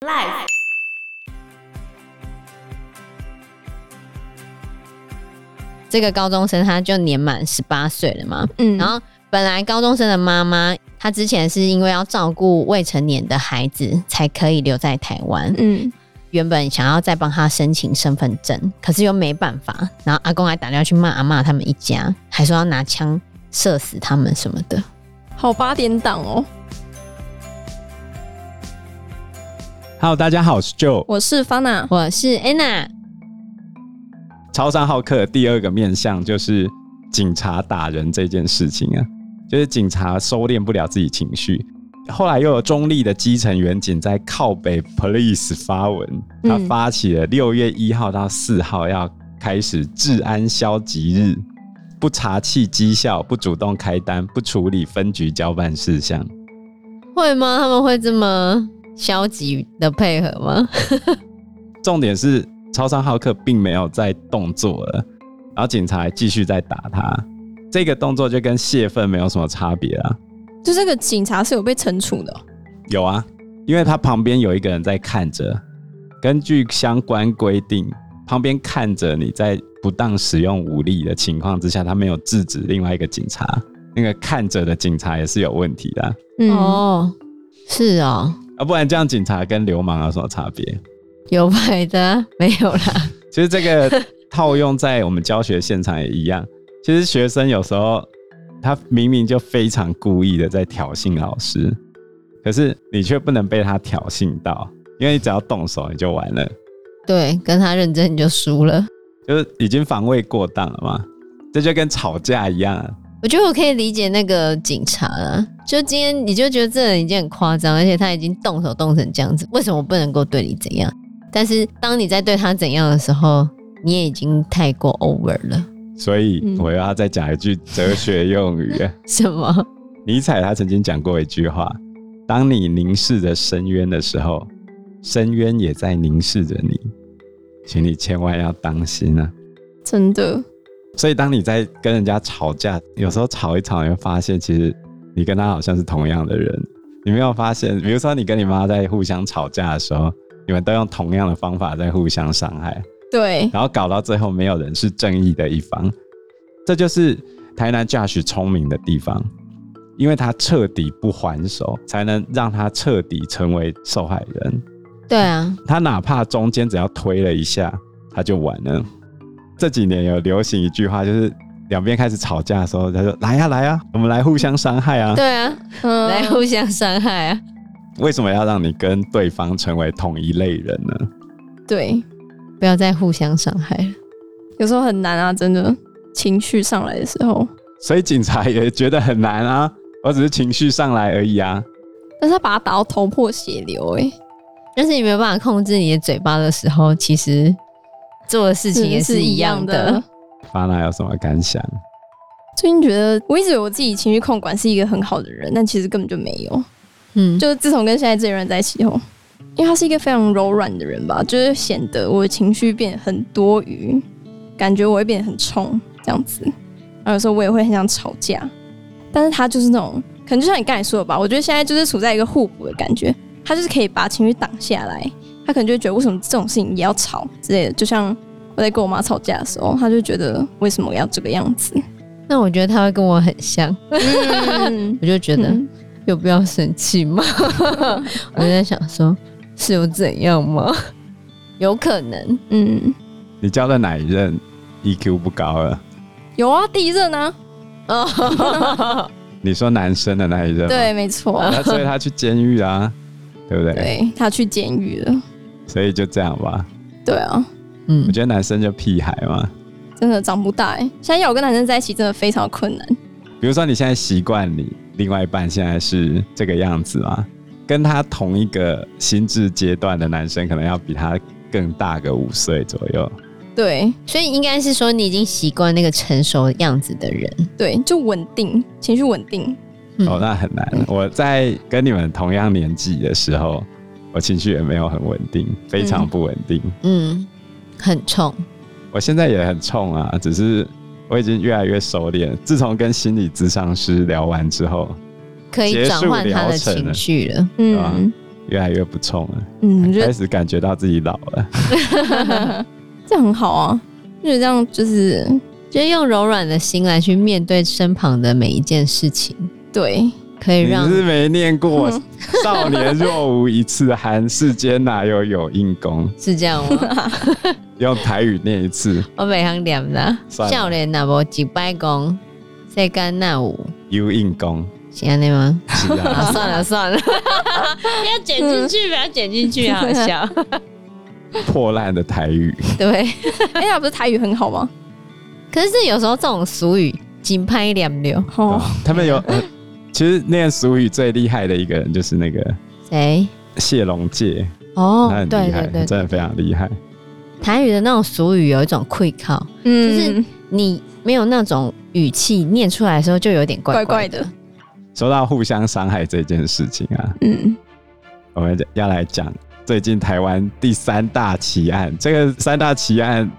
Life。这个高中生他就年满十八岁了嘛，嗯然后本来高中生的妈妈，她之前是因为要照顾未成年的孩子才可以留在台湾，嗯，原本想要再帮她申请身份证，可是又没办法，然后阿公还打电话去骂阿妈他们一家，还说要拿枪射死他们什么的。好八点档哦。 Hello，大家好，我是 Joe，我是 Fana，我是哎 Anna，超商好客的第二个面向就是警察打人这件事情啊，就是警察收敛不了自己情绪。后来又有中立的基层员警在靠北 Police 发文，他嗯发起了六月一号到四号要开始治安消极日，不查气绩效，不主动开单，不处理分局交办事项。会吗？他们会这么消极的配合吗？重点是超商浩克并没有在动作了，然后警察还继续在打他。这个动作就跟泄愤没有什么差别啊。就这个警察是有被惩处的哦、有啊，因为他旁边有一个人在看着。根据相关规定，旁边看着你在不当使用武力的情况之下，他没有制止另外一个警察，那个看着的警察也是有问题的啊。嗯，哦，是哦，啊，不然这样警察跟流氓有什么差别？有牌的啊没有啦。其实这个套用在我们教学现场也一样。其实学生有时候他明明就非常故意的在挑衅老师，可是你却不能被他挑衅到，因为你只要动手你就完了，对，跟他认真你就输了。就是已经防卫过当了嘛。这就跟吵架一样啊，我觉得我可以理解那个警察啦，就今天你就觉得这人已经很夸张，而且他已经动手动成这样子，为什么我不能够对你怎样？但是当你在对他怎样的时候，你也已经太过 over 了。所以嗯我又要再讲一句哲学用语啊。什么？尼采他曾经讲过一句话：当你凝视着深渊的时候，深渊也在凝视着你，请你千万要当心啊。真的，所以当你在跟人家吵架，有时候吵一吵，你会发现其实你跟他好像是同样的人。你没有发现，比如说你跟你妈在互相吵架的时候，你们都用同样的方法在互相伤害，对，然后搞到最后没有人是正义的一方。这就是台南 Josh 聪明的地方，因为他彻底不还手，才能让他彻底成为受害人。对啊，他哪怕中间只要推了一下，他就完了。这几年有流行一句话，就是两边开始吵架的时候，他说：“来呀、来呀、我们来互相伤害啊！对啊， 嗯来互相伤害啊！为什么要让你跟对方成为同一类人呢？对，不要再互相伤害了。有时候很难啊，真的，情绪上来的时候，所以警察也觉得很难啊，我只是情绪上来而已啊。但是他把他打到头破血流、欸，哎，但是你没有办法控制你的嘴巴的时候，其实做的事情也是一样的。巴娜有什么感想？最近觉得，我一直以为我自己情绪控管是一个很好的人，但其实根本就没有。嗯，就是自从跟现在这个人在一起后，因为他是一个非常柔软的人吧，就是显得我的情绪变得很多余，感觉我会变得很冲这样子。然后有时候我也会很想吵架，但是他就是那种，可能就像你刚才说的吧，我觉得现在就是处在一个互补的感觉，他就是可以把情绪挡下来，他可能就会觉得为什么这种事情也要吵之类的。就像我在跟我妈吵架的时候，他就觉得为什么要这个样子，那我觉得他会跟我很像，嗯，我就觉得、有必要生气 吗？我在想说，是有怎样吗？有可 能，嗯，你交的哪一任 EQ 不高了？有啊，第一任啊，哦，你说男生的那一任吗，对，没错。那所以他去监狱啊，对不对？对他去监狱了。所以就这样吧。对啊，嗯我，觉得男生就屁孩嘛。真的长不大哎、现在要我跟男生在一起真的非常困难。比如说你现在习惯你另外一半现在是这个样子嘛，跟他同一个心智阶段的男生，可能要比他更大个五岁左右。对所以应该是说你已经习惯那个成熟样子的人，对，就稳定，情绪稳定。嗯哦，那很难嗯。我在跟你们同样年纪的时候，我情绪也没有很稳定，非常不稳定。嗯，很冲，我现在也很冲啊，只是我已经越来越收敛。自从跟心理咨商师聊完之后，可以转换他的结束疗程情了绪了。嗯，啊越来越不冲了，嗯，我觉开得始感觉到自己老了。这样很好啊，就觉得这样就是就是用柔软的心来去面对身旁的每一件事情，对， 可以你哎让是没念 过嗯“少年若无一次寒，世间哪有有应功是这样 吗？”？用台语念一次， 我每行念啦，算了笑脸那无几百公，世间那有有应功，是安尼吗？是啊， 啊，算了算了，不要剪进去，不要剪进去，好笑。破烂的台语。 对，哎呀，不是台语很好吗？可是有时候这种俗语“紧拍两流哦，他们有，呃其实念俗语最厉害的一个人就是那个”，谁？谢龙介，哦他很，对厉害对，对真的非常厉害。台语的那种俗语有一种愧靠，嗯，你没有那种语气念出来的时候，就有点怪怪怪怪的的。，说到互相伤害这件事情啊，嗯，我们要来讲最近台湾第三大奇案。这个三大奇案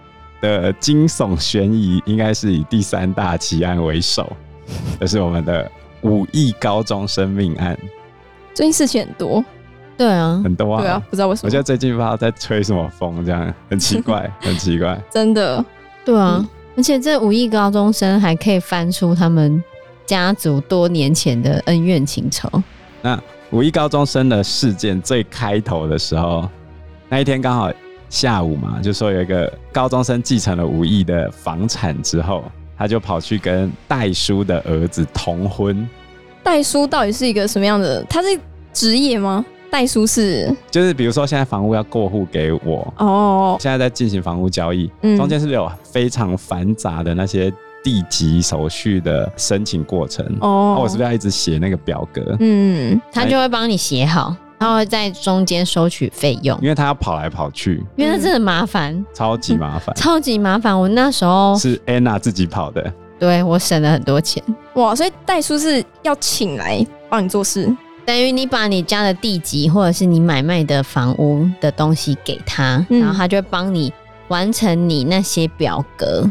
的惊悚悬疑，应该是以第三大奇案为首，就是我们的五亿高中生命案，最近事情很多，对啊，很多啊。对啊，不知道为什我觉么得，最近不知道在吹什么风，这样很奇怪，很奇怪。真的，对啊，嗯而且这五亿高中生还可以翻出他们家族多年前的恩怨情仇。五一高中生的事件最开头的时候，那一天刚好下午嘛，就说有一个高中生继承了五亿的房产之后，他就跑去跟代叔的儿子同婚，代书到底是一个什么样的？他是职业吗？代书是就是比如说现在房屋要过户给我，哦，现在在进行房屋交易，嗯中间是不是有非常繁杂的那些地籍手续的申请过程？哦，哦，我是不是要一直写那个表格？嗯，他就会帮你写好，他会在中间收取费用，因为他要跑来跑去，因为那真的麻烦，超级麻嗯烦。超级麻烦。我那时哦候是安娜自己跑的，对我省了很多钱，哇，所以代书是要请来帮你做事，等于你把你家的地籍或者是你买卖的房屋的东西给他，嗯然后他就会帮你完成你那些表格。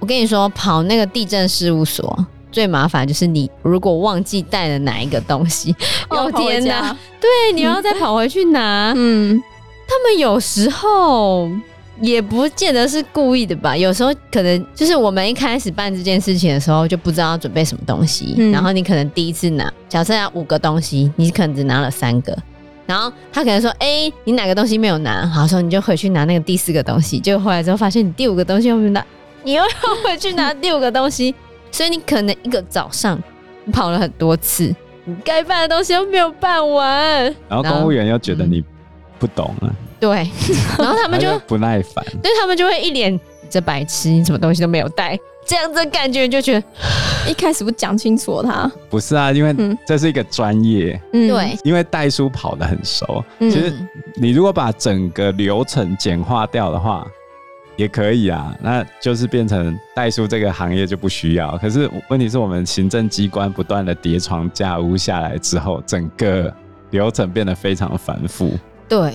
我跟你说，跑那个地震事务所最麻烦就是你如果忘记带了哪一个东西，哦 要跑回天家哪！，对，你要再跑回去拿。嗯，他们有时候也不见得是故意的吧，有时候可能就是我们一开始办这件事情的时候就不知道要准备什么东西，嗯然后你可能第一次拿，假设要五个东西，你可能只拿了三个。然后他可能说：“哎、你哪个东西没有拿？”好，说你就回去拿那个第四个东西。结果回来之后发现你第五个东西又没拿，你又要回去拿第五个东西，所以你可能一个早上你跑了很多次，你该办的东西又没有办完。然后然后公务员又觉得嗯你不懂啊，对，然后他他们就不耐烦。对他们就会一脸你这白痴，你什么东西都没有带，这样子的感觉你就觉得一开始不讲清楚他，不是啊，因为嗯这是一个专业，嗯，对，因为代书跑得很熟。嗯其实你如果把整个流程简化掉的话，也可以啊，那就是变成代书这个行业就不需要。可是问题是我们行政机关不断的叠床架屋下来之后，整个流程变得非常繁复。对，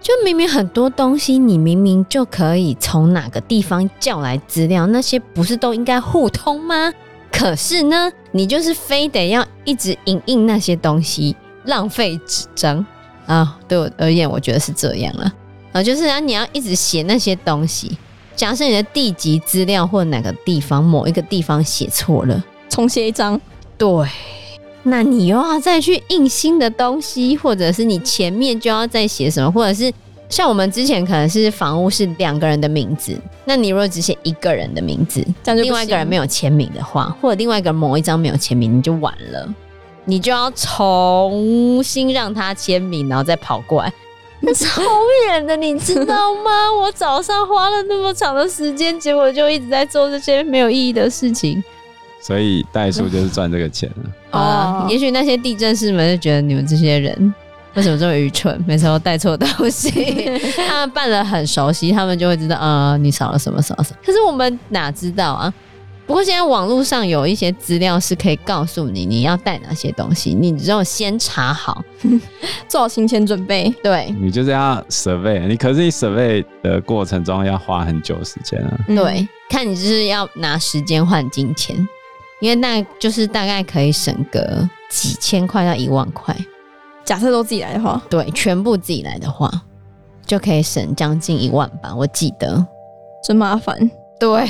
就明明很多东西你明明就可以从哪个地方叫来资料，那些不是都应该互通吗？可是呢，你就是非得要一直影印那些东西，浪费纸张啊！对我而言，我觉得是这样了啊，就是啊，你要一直写那些东西。假设你的地籍资料或哪个地方某一个地方写错了。重写一张，对，那你又要再去印新的东西，或者是你前面就要再写什么，或者是像我们之前可能是房屋是两个人的名字，那你如果只写一个人的名字，这样就另外一个人没有，有签名的话，或者另外一个人某一张没有签名，你就完了。你就要重新让他签名，然后再跑过来，那超远的，你知道吗？我早上花了那么长的时间，结果就一直在做这些没有意义的事情。所以代书就是赚这个钱啊。啊哦，也许那些地震师们就觉得你们这些 人为什么这么愚蠢，每次都带错东西。他们办的很熟悉，他们就会知道，呃，你少了什么少了什么。可是我们哪知道啊？不过现在网络上有一些资料是可以告诉你你要带哪些东西，你只有先查好。 做好行前准备，对你就是要 survey，你可是你 survey 的过程中要花很久时间啊。嗯对，，看你就是要拿时间换金钱，因为那就是大概可以省个几千块到一万块。假设都自己来的话，对，全部自己来的话，就可以省将近一万吧，我记得。真麻烦。对，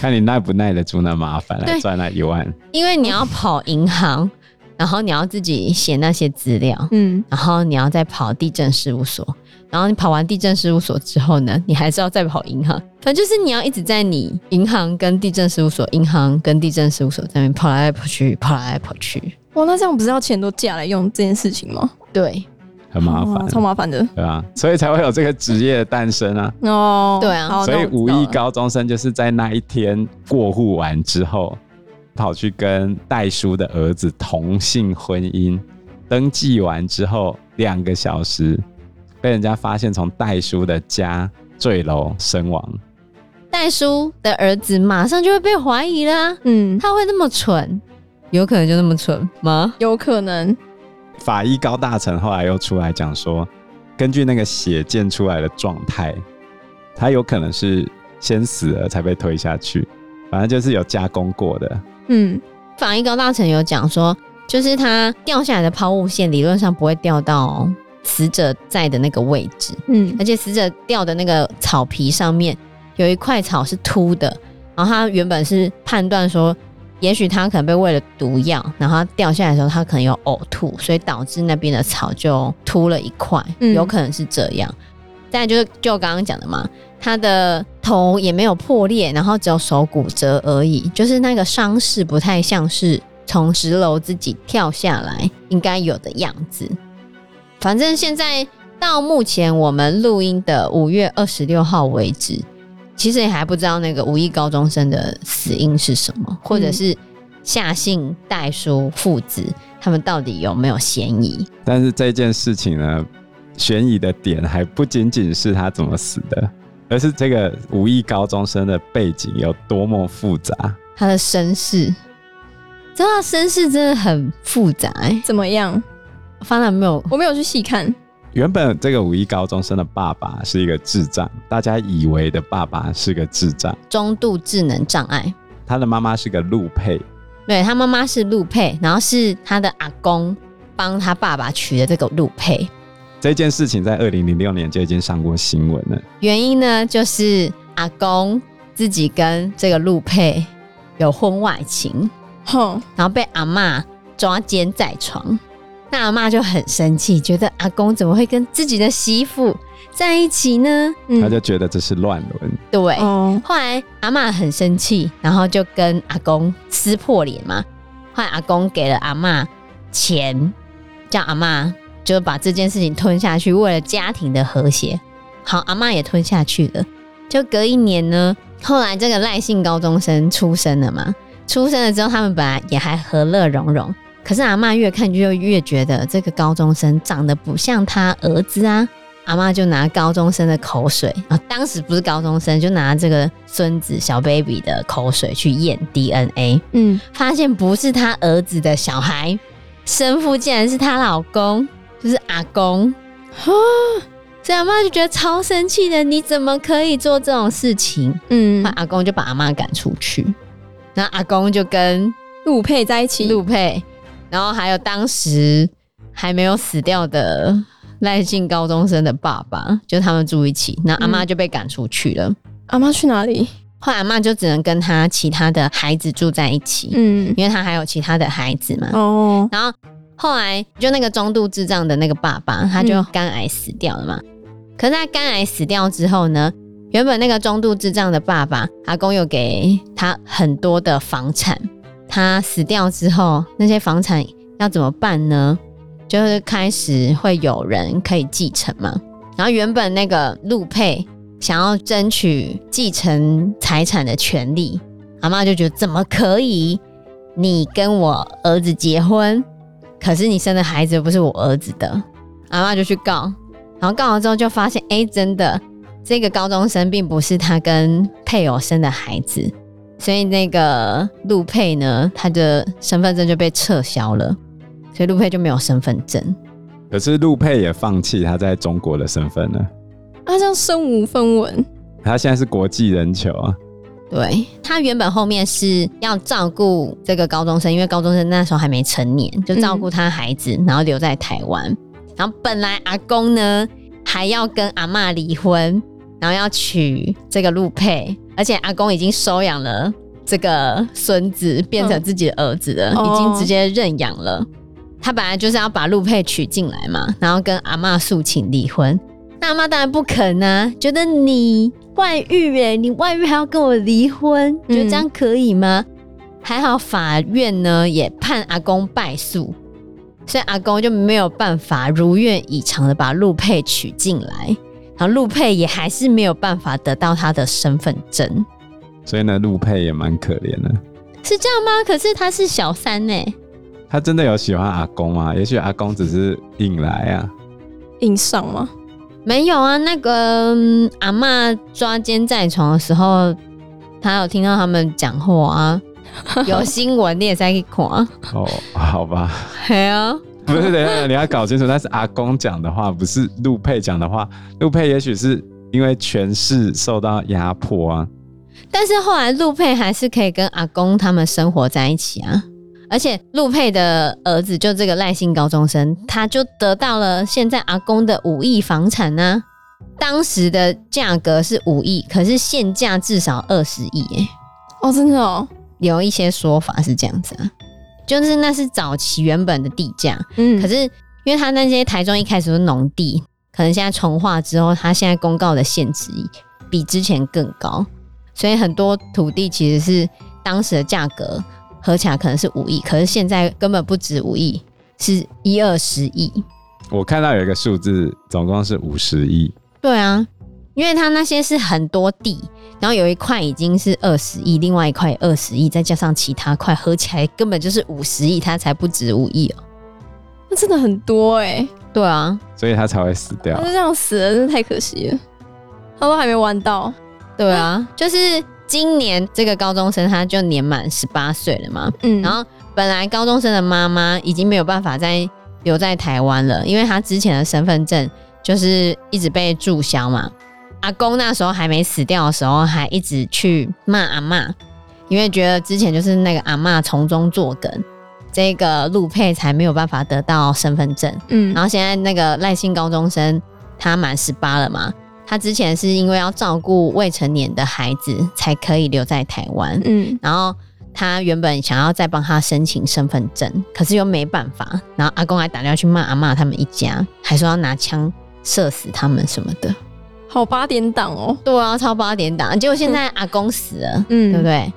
看你耐不耐得住那麻烦来对赚那一万。因为你要跑银行，然后你要自己写那些资料，嗯，然后你要再跑地震事务所，然后你跑完地震事务所之后呢，你还是要再跑银行，反正就是你要一直在你银行跟地震事务所、银行跟地震事务所在那边跑来跑去、跑来跑去。哇，那这样不是要钱都嫁来用这件事情吗？对，很麻烦哇，哦超麻烦的对吧？所以才会有这个职业的诞生啊。哦。对啊好所以那我五知道亿了高中生就是在那一天过户完之后，跑去跟戴叔的儿子同性婚姻，登记完之后两个小时，被人家发现从戴叔的家坠楼身亡。戴叔的儿子马上就会被怀疑啦、嗯，他会那么蠢，有可能就那么蠢吗？有可能法医高大成后来又出来讲说，根据那个血溅出来的状态，他有可能是先死了才被推下去，反正就是有加工过的。嗯，法医高大成有讲说，就是他掉下来的抛物线理论上不会掉到死者在的那个位置，嗯而且死者掉的那个草皮上面有一块草是秃的，然后他原本是判断说，也许他可能被喂了毒药，然后他掉下来的时候他可能有呕吐，所以导致那边的草就秃了一块，嗯有可能是这样。再来就是就我刚刚讲的嘛，他的头也没有破裂，然后只有手骨折而已，就是那个伤势不太像是从十楼自己跳下来应该有的样子。反正现在到目前我们录音的五月二十六号为止，其实也还不知道那个五一高中生的死因是什么，或者是夏姓代叔父子他们到底有没有嫌疑？但是这件事情呢，悬疑的点还不仅仅是他怎么死的，而是这个无意高中生的背景有多么复杂。他的身世，知道他身世真的很复杂、欸。怎么样？方兰没有我没有去细看，原本这个五一高中生的爸爸是一个智障，大家以为的爸爸是个智障，中度智能障碍，他的妈妈是个路配，对他妈妈是陆佩，然后是他的阿公帮他爸爸取的这个陆佩。这件事情在二零零六年就已经上过新闻了。原因呢，就是阿公自己跟这个陆佩有婚外情，哼，然后被阿嬷抓奸在床。那阿嬷就很生气，觉得阿公怎么会跟自己的媳妇在一起呢？嗯他就觉得这是乱伦，对，哦，后来阿嬷很生气，然后就跟阿公撕破脸嘛。后来阿公给了阿嬷钱，叫阿嬷就把这件事情吞下去，为了家庭的和谐。好，阿嬷也吞下去了。就隔一年呢，后来这个赖姓高中生出生了嘛，出生了之后，他们本来也还和乐融融。可是阿嬷越看就越觉得这个高中生长得不像他儿子啊，阿妈就拿高中生的口水啊，当时不是高中生，就拿这个孙子小 baby 的口水去验 DNA，嗯，发现不是他儿子的小孩，生父竟然是她老公，就是阿公。哈，所以阿妈就觉得超生气的，你怎么可以做这种事情？嗯那，阿公就把阿妈赶出去，那阿公就跟陆配在一起，陆佩，然后还有当时还没有死掉的赖姓高中生的爸爸，就他们住一起。那阿妈就被赶出去了，阿妈去哪里？后来阿妈就只能跟他其他的孩子住在一起，嗯，因为他还有其他的孩子嘛。哦，然后后来就那个中度智障的那个爸爸，他就嗯肝癌死掉了嘛。可是他肝癌死掉之后呢，原本那个中度智障的爸爸，阿公有给他很多的房产。他死掉之后，那些房产要怎么办呢？就是开始会有人可以继承嘛。然后原本那个陆佩想要争取继承财产的权利，阿妈就觉得怎么可以？你跟我儿子结婚，可是你生的孩子又不是我儿子的，阿妈就去告，然后告了之后就发现，哎、真的，这个高中生并不是他跟配偶生的孩子，所以那个陆佩呢，他的身份证就被撤销了，所以陆佩就没有身份证。可是陆佩也放弃他在中国的身份了，啊，这样身无分文，他现在是国际人球啊。对他原本后面是要照顾这个高中生，因为高中生那时候还没成年，就照顾他孩子，然后留在台湾。然后本来阿公呢还要跟阿嬷离婚，然后要娶这个陆佩，而且阿公已经收养了这个孙子，变成自己的儿子了，哦已经直接认养了。他本来就是要把陆佩娶进来嘛，然后跟阿嬷诉请离婚。那阿妈当然不肯啊，觉得你外遇哎、你外遇还要跟我离婚，你觉得这样可以吗？还好法院呢也判阿公败诉，所以阿公就没有办法如愿以偿的把陆佩娶进来，然后陆佩也还是没有办法得到他的身份证，所以呢，陆佩也蛮可怜的。是这样吗？可是他是小三呢、他真的有喜欢阿公吗？也许阿公只是硬来啊。硬上吗？没有啊，那个、嗯阿嬷抓奸在床的时候，他有听到他们讲话 啊，有新闻你也在看啊，哦，好吧，嘿啊，不是，等一下你要搞清楚，那是阿公讲的话，不是陆佩讲的话。陆佩也许是因为权势受到压迫啊。但是后来陆佩还是可以跟阿公他们生活在一起啊，而且陆佩的儿子就这个赖姓高中生，他就得到了现在阿公的五亿房产呢、当时的价格是五亿，可是现价至少二十亿耶。哦，真的哦，有一些说法是这样子啊，就是那是早期原本的地价，嗯可是因为他那些台中一开始是农地，可能现在重化之后，他现在公告的限值比之前更高，所以很多土地其实是当时的价格合起来可能是五亿，可是现在根本不止五亿，是一二十亿。我看到有一个数字，总共是五十亿。对啊，因为他那些是很多地，然后有一块已经是二十亿，另外一块二十亿，再加上其他块合起来根本就是五十亿，它才不止五亿哦。那真的很多哎、对啊，所以他才会死掉他就。这样死了，真的太可惜了。他都还没玩到，对啊，就是今年这个高中生他就年满十八岁了嘛，嗯，然后本来高中生的妈妈已经没有办法再留在台湾了，因为她之前的身份证就是一直被注销嘛。阿公那时候还没死掉的时候，还一直去骂阿嬷，因为觉得之前就是那个阿嬷从中作梗，这个陆佩才没有办法得到身份证。嗯然后现在那个赖姓高中生他满十八了嘛，他之前是因为要照顾未成年的孩子才可以留在台湾，嗯，然后他原本想要再帮他申请身份证，可是又没办法。然后阿公还打电话去骂阿嬷他们一家，还说要拿枪射死他们什么的。好八点档哦，对啊，超八点档。结果现在阿公死了，嗯对不对？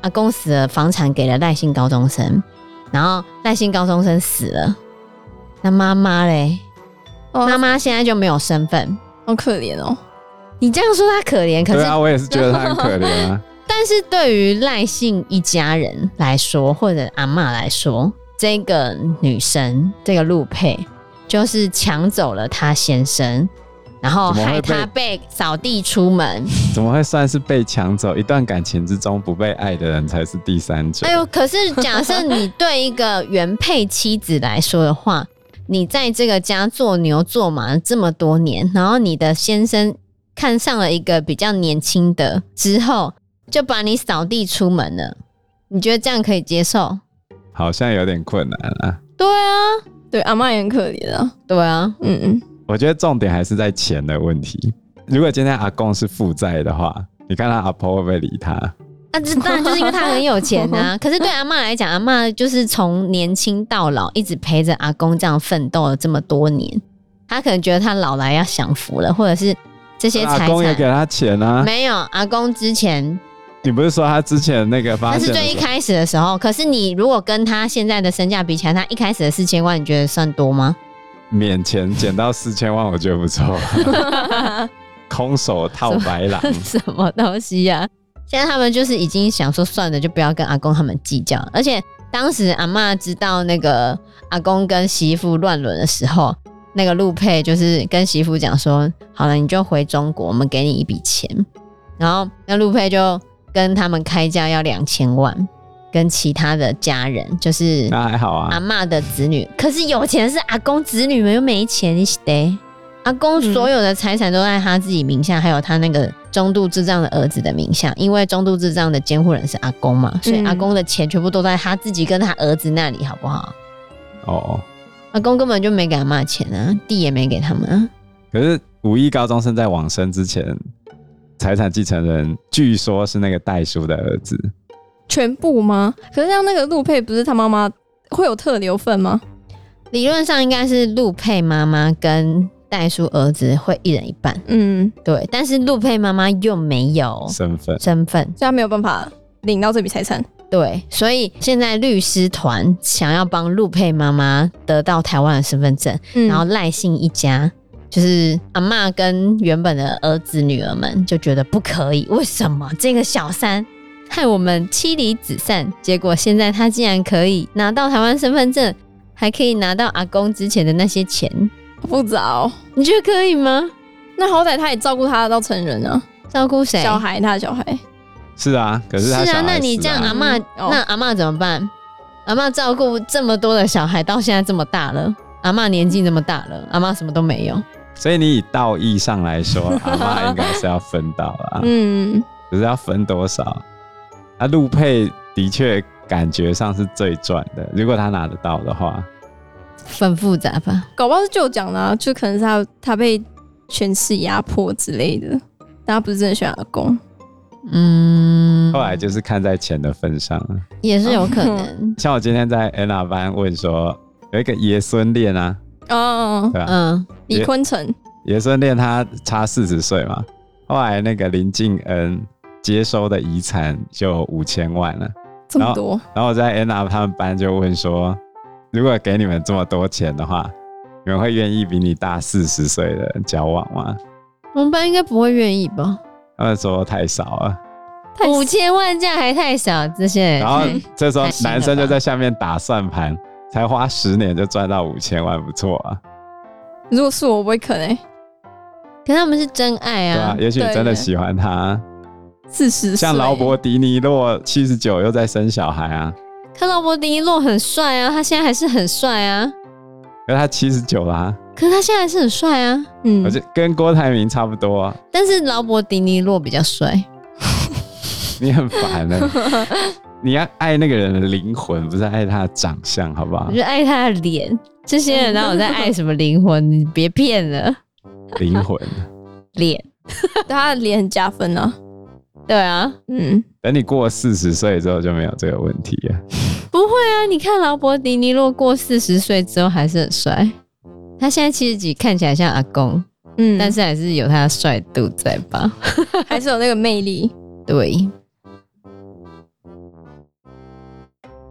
阿公死了，房产给了赖姓高中生，然后赖姓高中生死了，那妈妈嘞？哦妈妈现在就没有身份。好可怜哦，你这样说她可怜，可是对啊，我也是觉得他很可怜啊。但是对于赖姓一家人来说，或者阿嬷来说，这个女生这个陆佩就是抢走了她先生，然后怎么害会被她被扫地出门。怎么会算是被抢走？一段感情之中不被爱的人才是第三 者。哎呦，可是假设你对一个原配妻子来说的话，你在这个家做牛做马这么多年，然后你的先生看上了一个比较年轻的之后，就把你扫地出门了，你觉得这样可以接受？好像有点困难啊。对啊，对，阿妈也很可怜啊，对啊，嗯嗯，我觉得重点还是在钱的问题。如果今天阿公是负债的话，你看他阿婆会不会理他？那啊这当然就是因为他很有钱 啊。可是对阿嬷来讲，阿嬷就是从年轻到老一直陪着阿公这样奋斗了这么多年，她可能觉得她老来要享福了，或者是这些啊阿财公也给产。他钱啊。没有，阿公之前你不是说他之前那个发那是现的最一时候开始的时候。可是你如果跟他现在的身价比起来，他一开始的四千万，你觉得算多吗？免钱捡到四千万，我觉得不错。啊 空手套白狼，什么东西呀、现在他们就是已经想说算了，就不要跟阿公他们计较。而且当时阿嬷知道那个阿公跟媳妇乱伦的时候，那个陆佩就是跟媳妇讲说：“好了，你就回中国，我们给你一笔钱。”然后那陆佩就跟他们开价要两千万，跟其他的家人就是那还好阿啊。嬷的子女，可是有钱是阿公子女们又没钱，你是得。阿公所有的财产都在他自己名下，还有他那个中度智障的儿子的名下，因为中度智障的监护人是阿公嘛，所以嗯阿公的钱全部都在他自己跟他儿子那里，好不好？哦，阿公根本就没给阿妈钱啊，地也没给他们啊。可是五一高中生在往生之前，财产继承人据说是那个代叔的儿子，全部吗？可是像那个陆佩，不是他妈妈会有特留份吗？理论上应该是陆佩妈妈跟代叔儿子会一人一半，嗯，对，但是陆佩妈妈又没有身份身份，所以他没有办法领到这笔财产。对，所以现在律师团想要帮陆佩妈妈得到台湾的身份证，嗯然后赖姓一家。就是阿嬷跟原本的儿子女儿们就觉得不可以，为什么这个小三害我们妻离子散？结果现在他竟然可以拿到台湾身份证，还可以拿到阿公之前的那些钱，好复杂哦。你觉得可以吗？那好歹他也照顾他到成人啊，照顾谁？小孩他的小孩，是啊，可是他是小啊，孩那你死这样啊阿嬷，哦那阿嬷怎么办？阿嬷照顾这么多的小孩，到现在这么大了，阿嬷年纪这么大了，阿嬷什么都没有。所以你以道义上来说，阿妈应该是要分到 啦，嗯，可是要分多少？啊，陆佩的确感觉上是最赚的，如果他拿得到的话，很复杂吧？搞不好是就讲啦、就可能是他他被权势压迫之类的，但他不是真的喜欢阿公，嗯，后来就是看在钱的份上了。也是有可能。像我今天在 Anna 班问说，有一个爷孙恋啊，哦，对吧、嗯，李坤城，爷孙恋他差四十岁嘛，后来那个林敬恩接收的遗产就五千万了。这么多，然后我在 Anna 他们班就问说，如果给你们这么多钱的话，你们会愿意比你大四十岁的人交往吗？我们班应该不会愿意吧？他们说太少了。太五千万这样还太少，这些人然后这时候太新了男生就吧在下面打算 盘，才花十年就赚到五千万，不错啊，如果是我，我不会啃诶、可是他们是真爱对吧、啊。也许你对真的对喜欢他，四十像劳勃迪尼洛七十九又在生小孩啊，克劳伯迪洛很帅啊，他现在还是很帅啊。可是他七十九啊啦，可是他现在还是很帅啊，嗯我，就跟郭台铭差不多啊， 但是劳勃迪尼洛比较帅。你很烦的、你要爱那个人的灵魂，不是爱他的长相，好不好啊 我？就爱他的脸。这嗯些人哪有在爱什么灵魂？你别骗了，灵魂。脸。对他的脸很加分啊，对啊，嗯，等你过四十岁之后就没有这个问题了。不会啊，你看劳勃迪尼洛过四十岁之后还是很帅，他现在七十几，看起来像阿公，嗯，但是还是有他的帅度在吧？还是有那个魅力。对，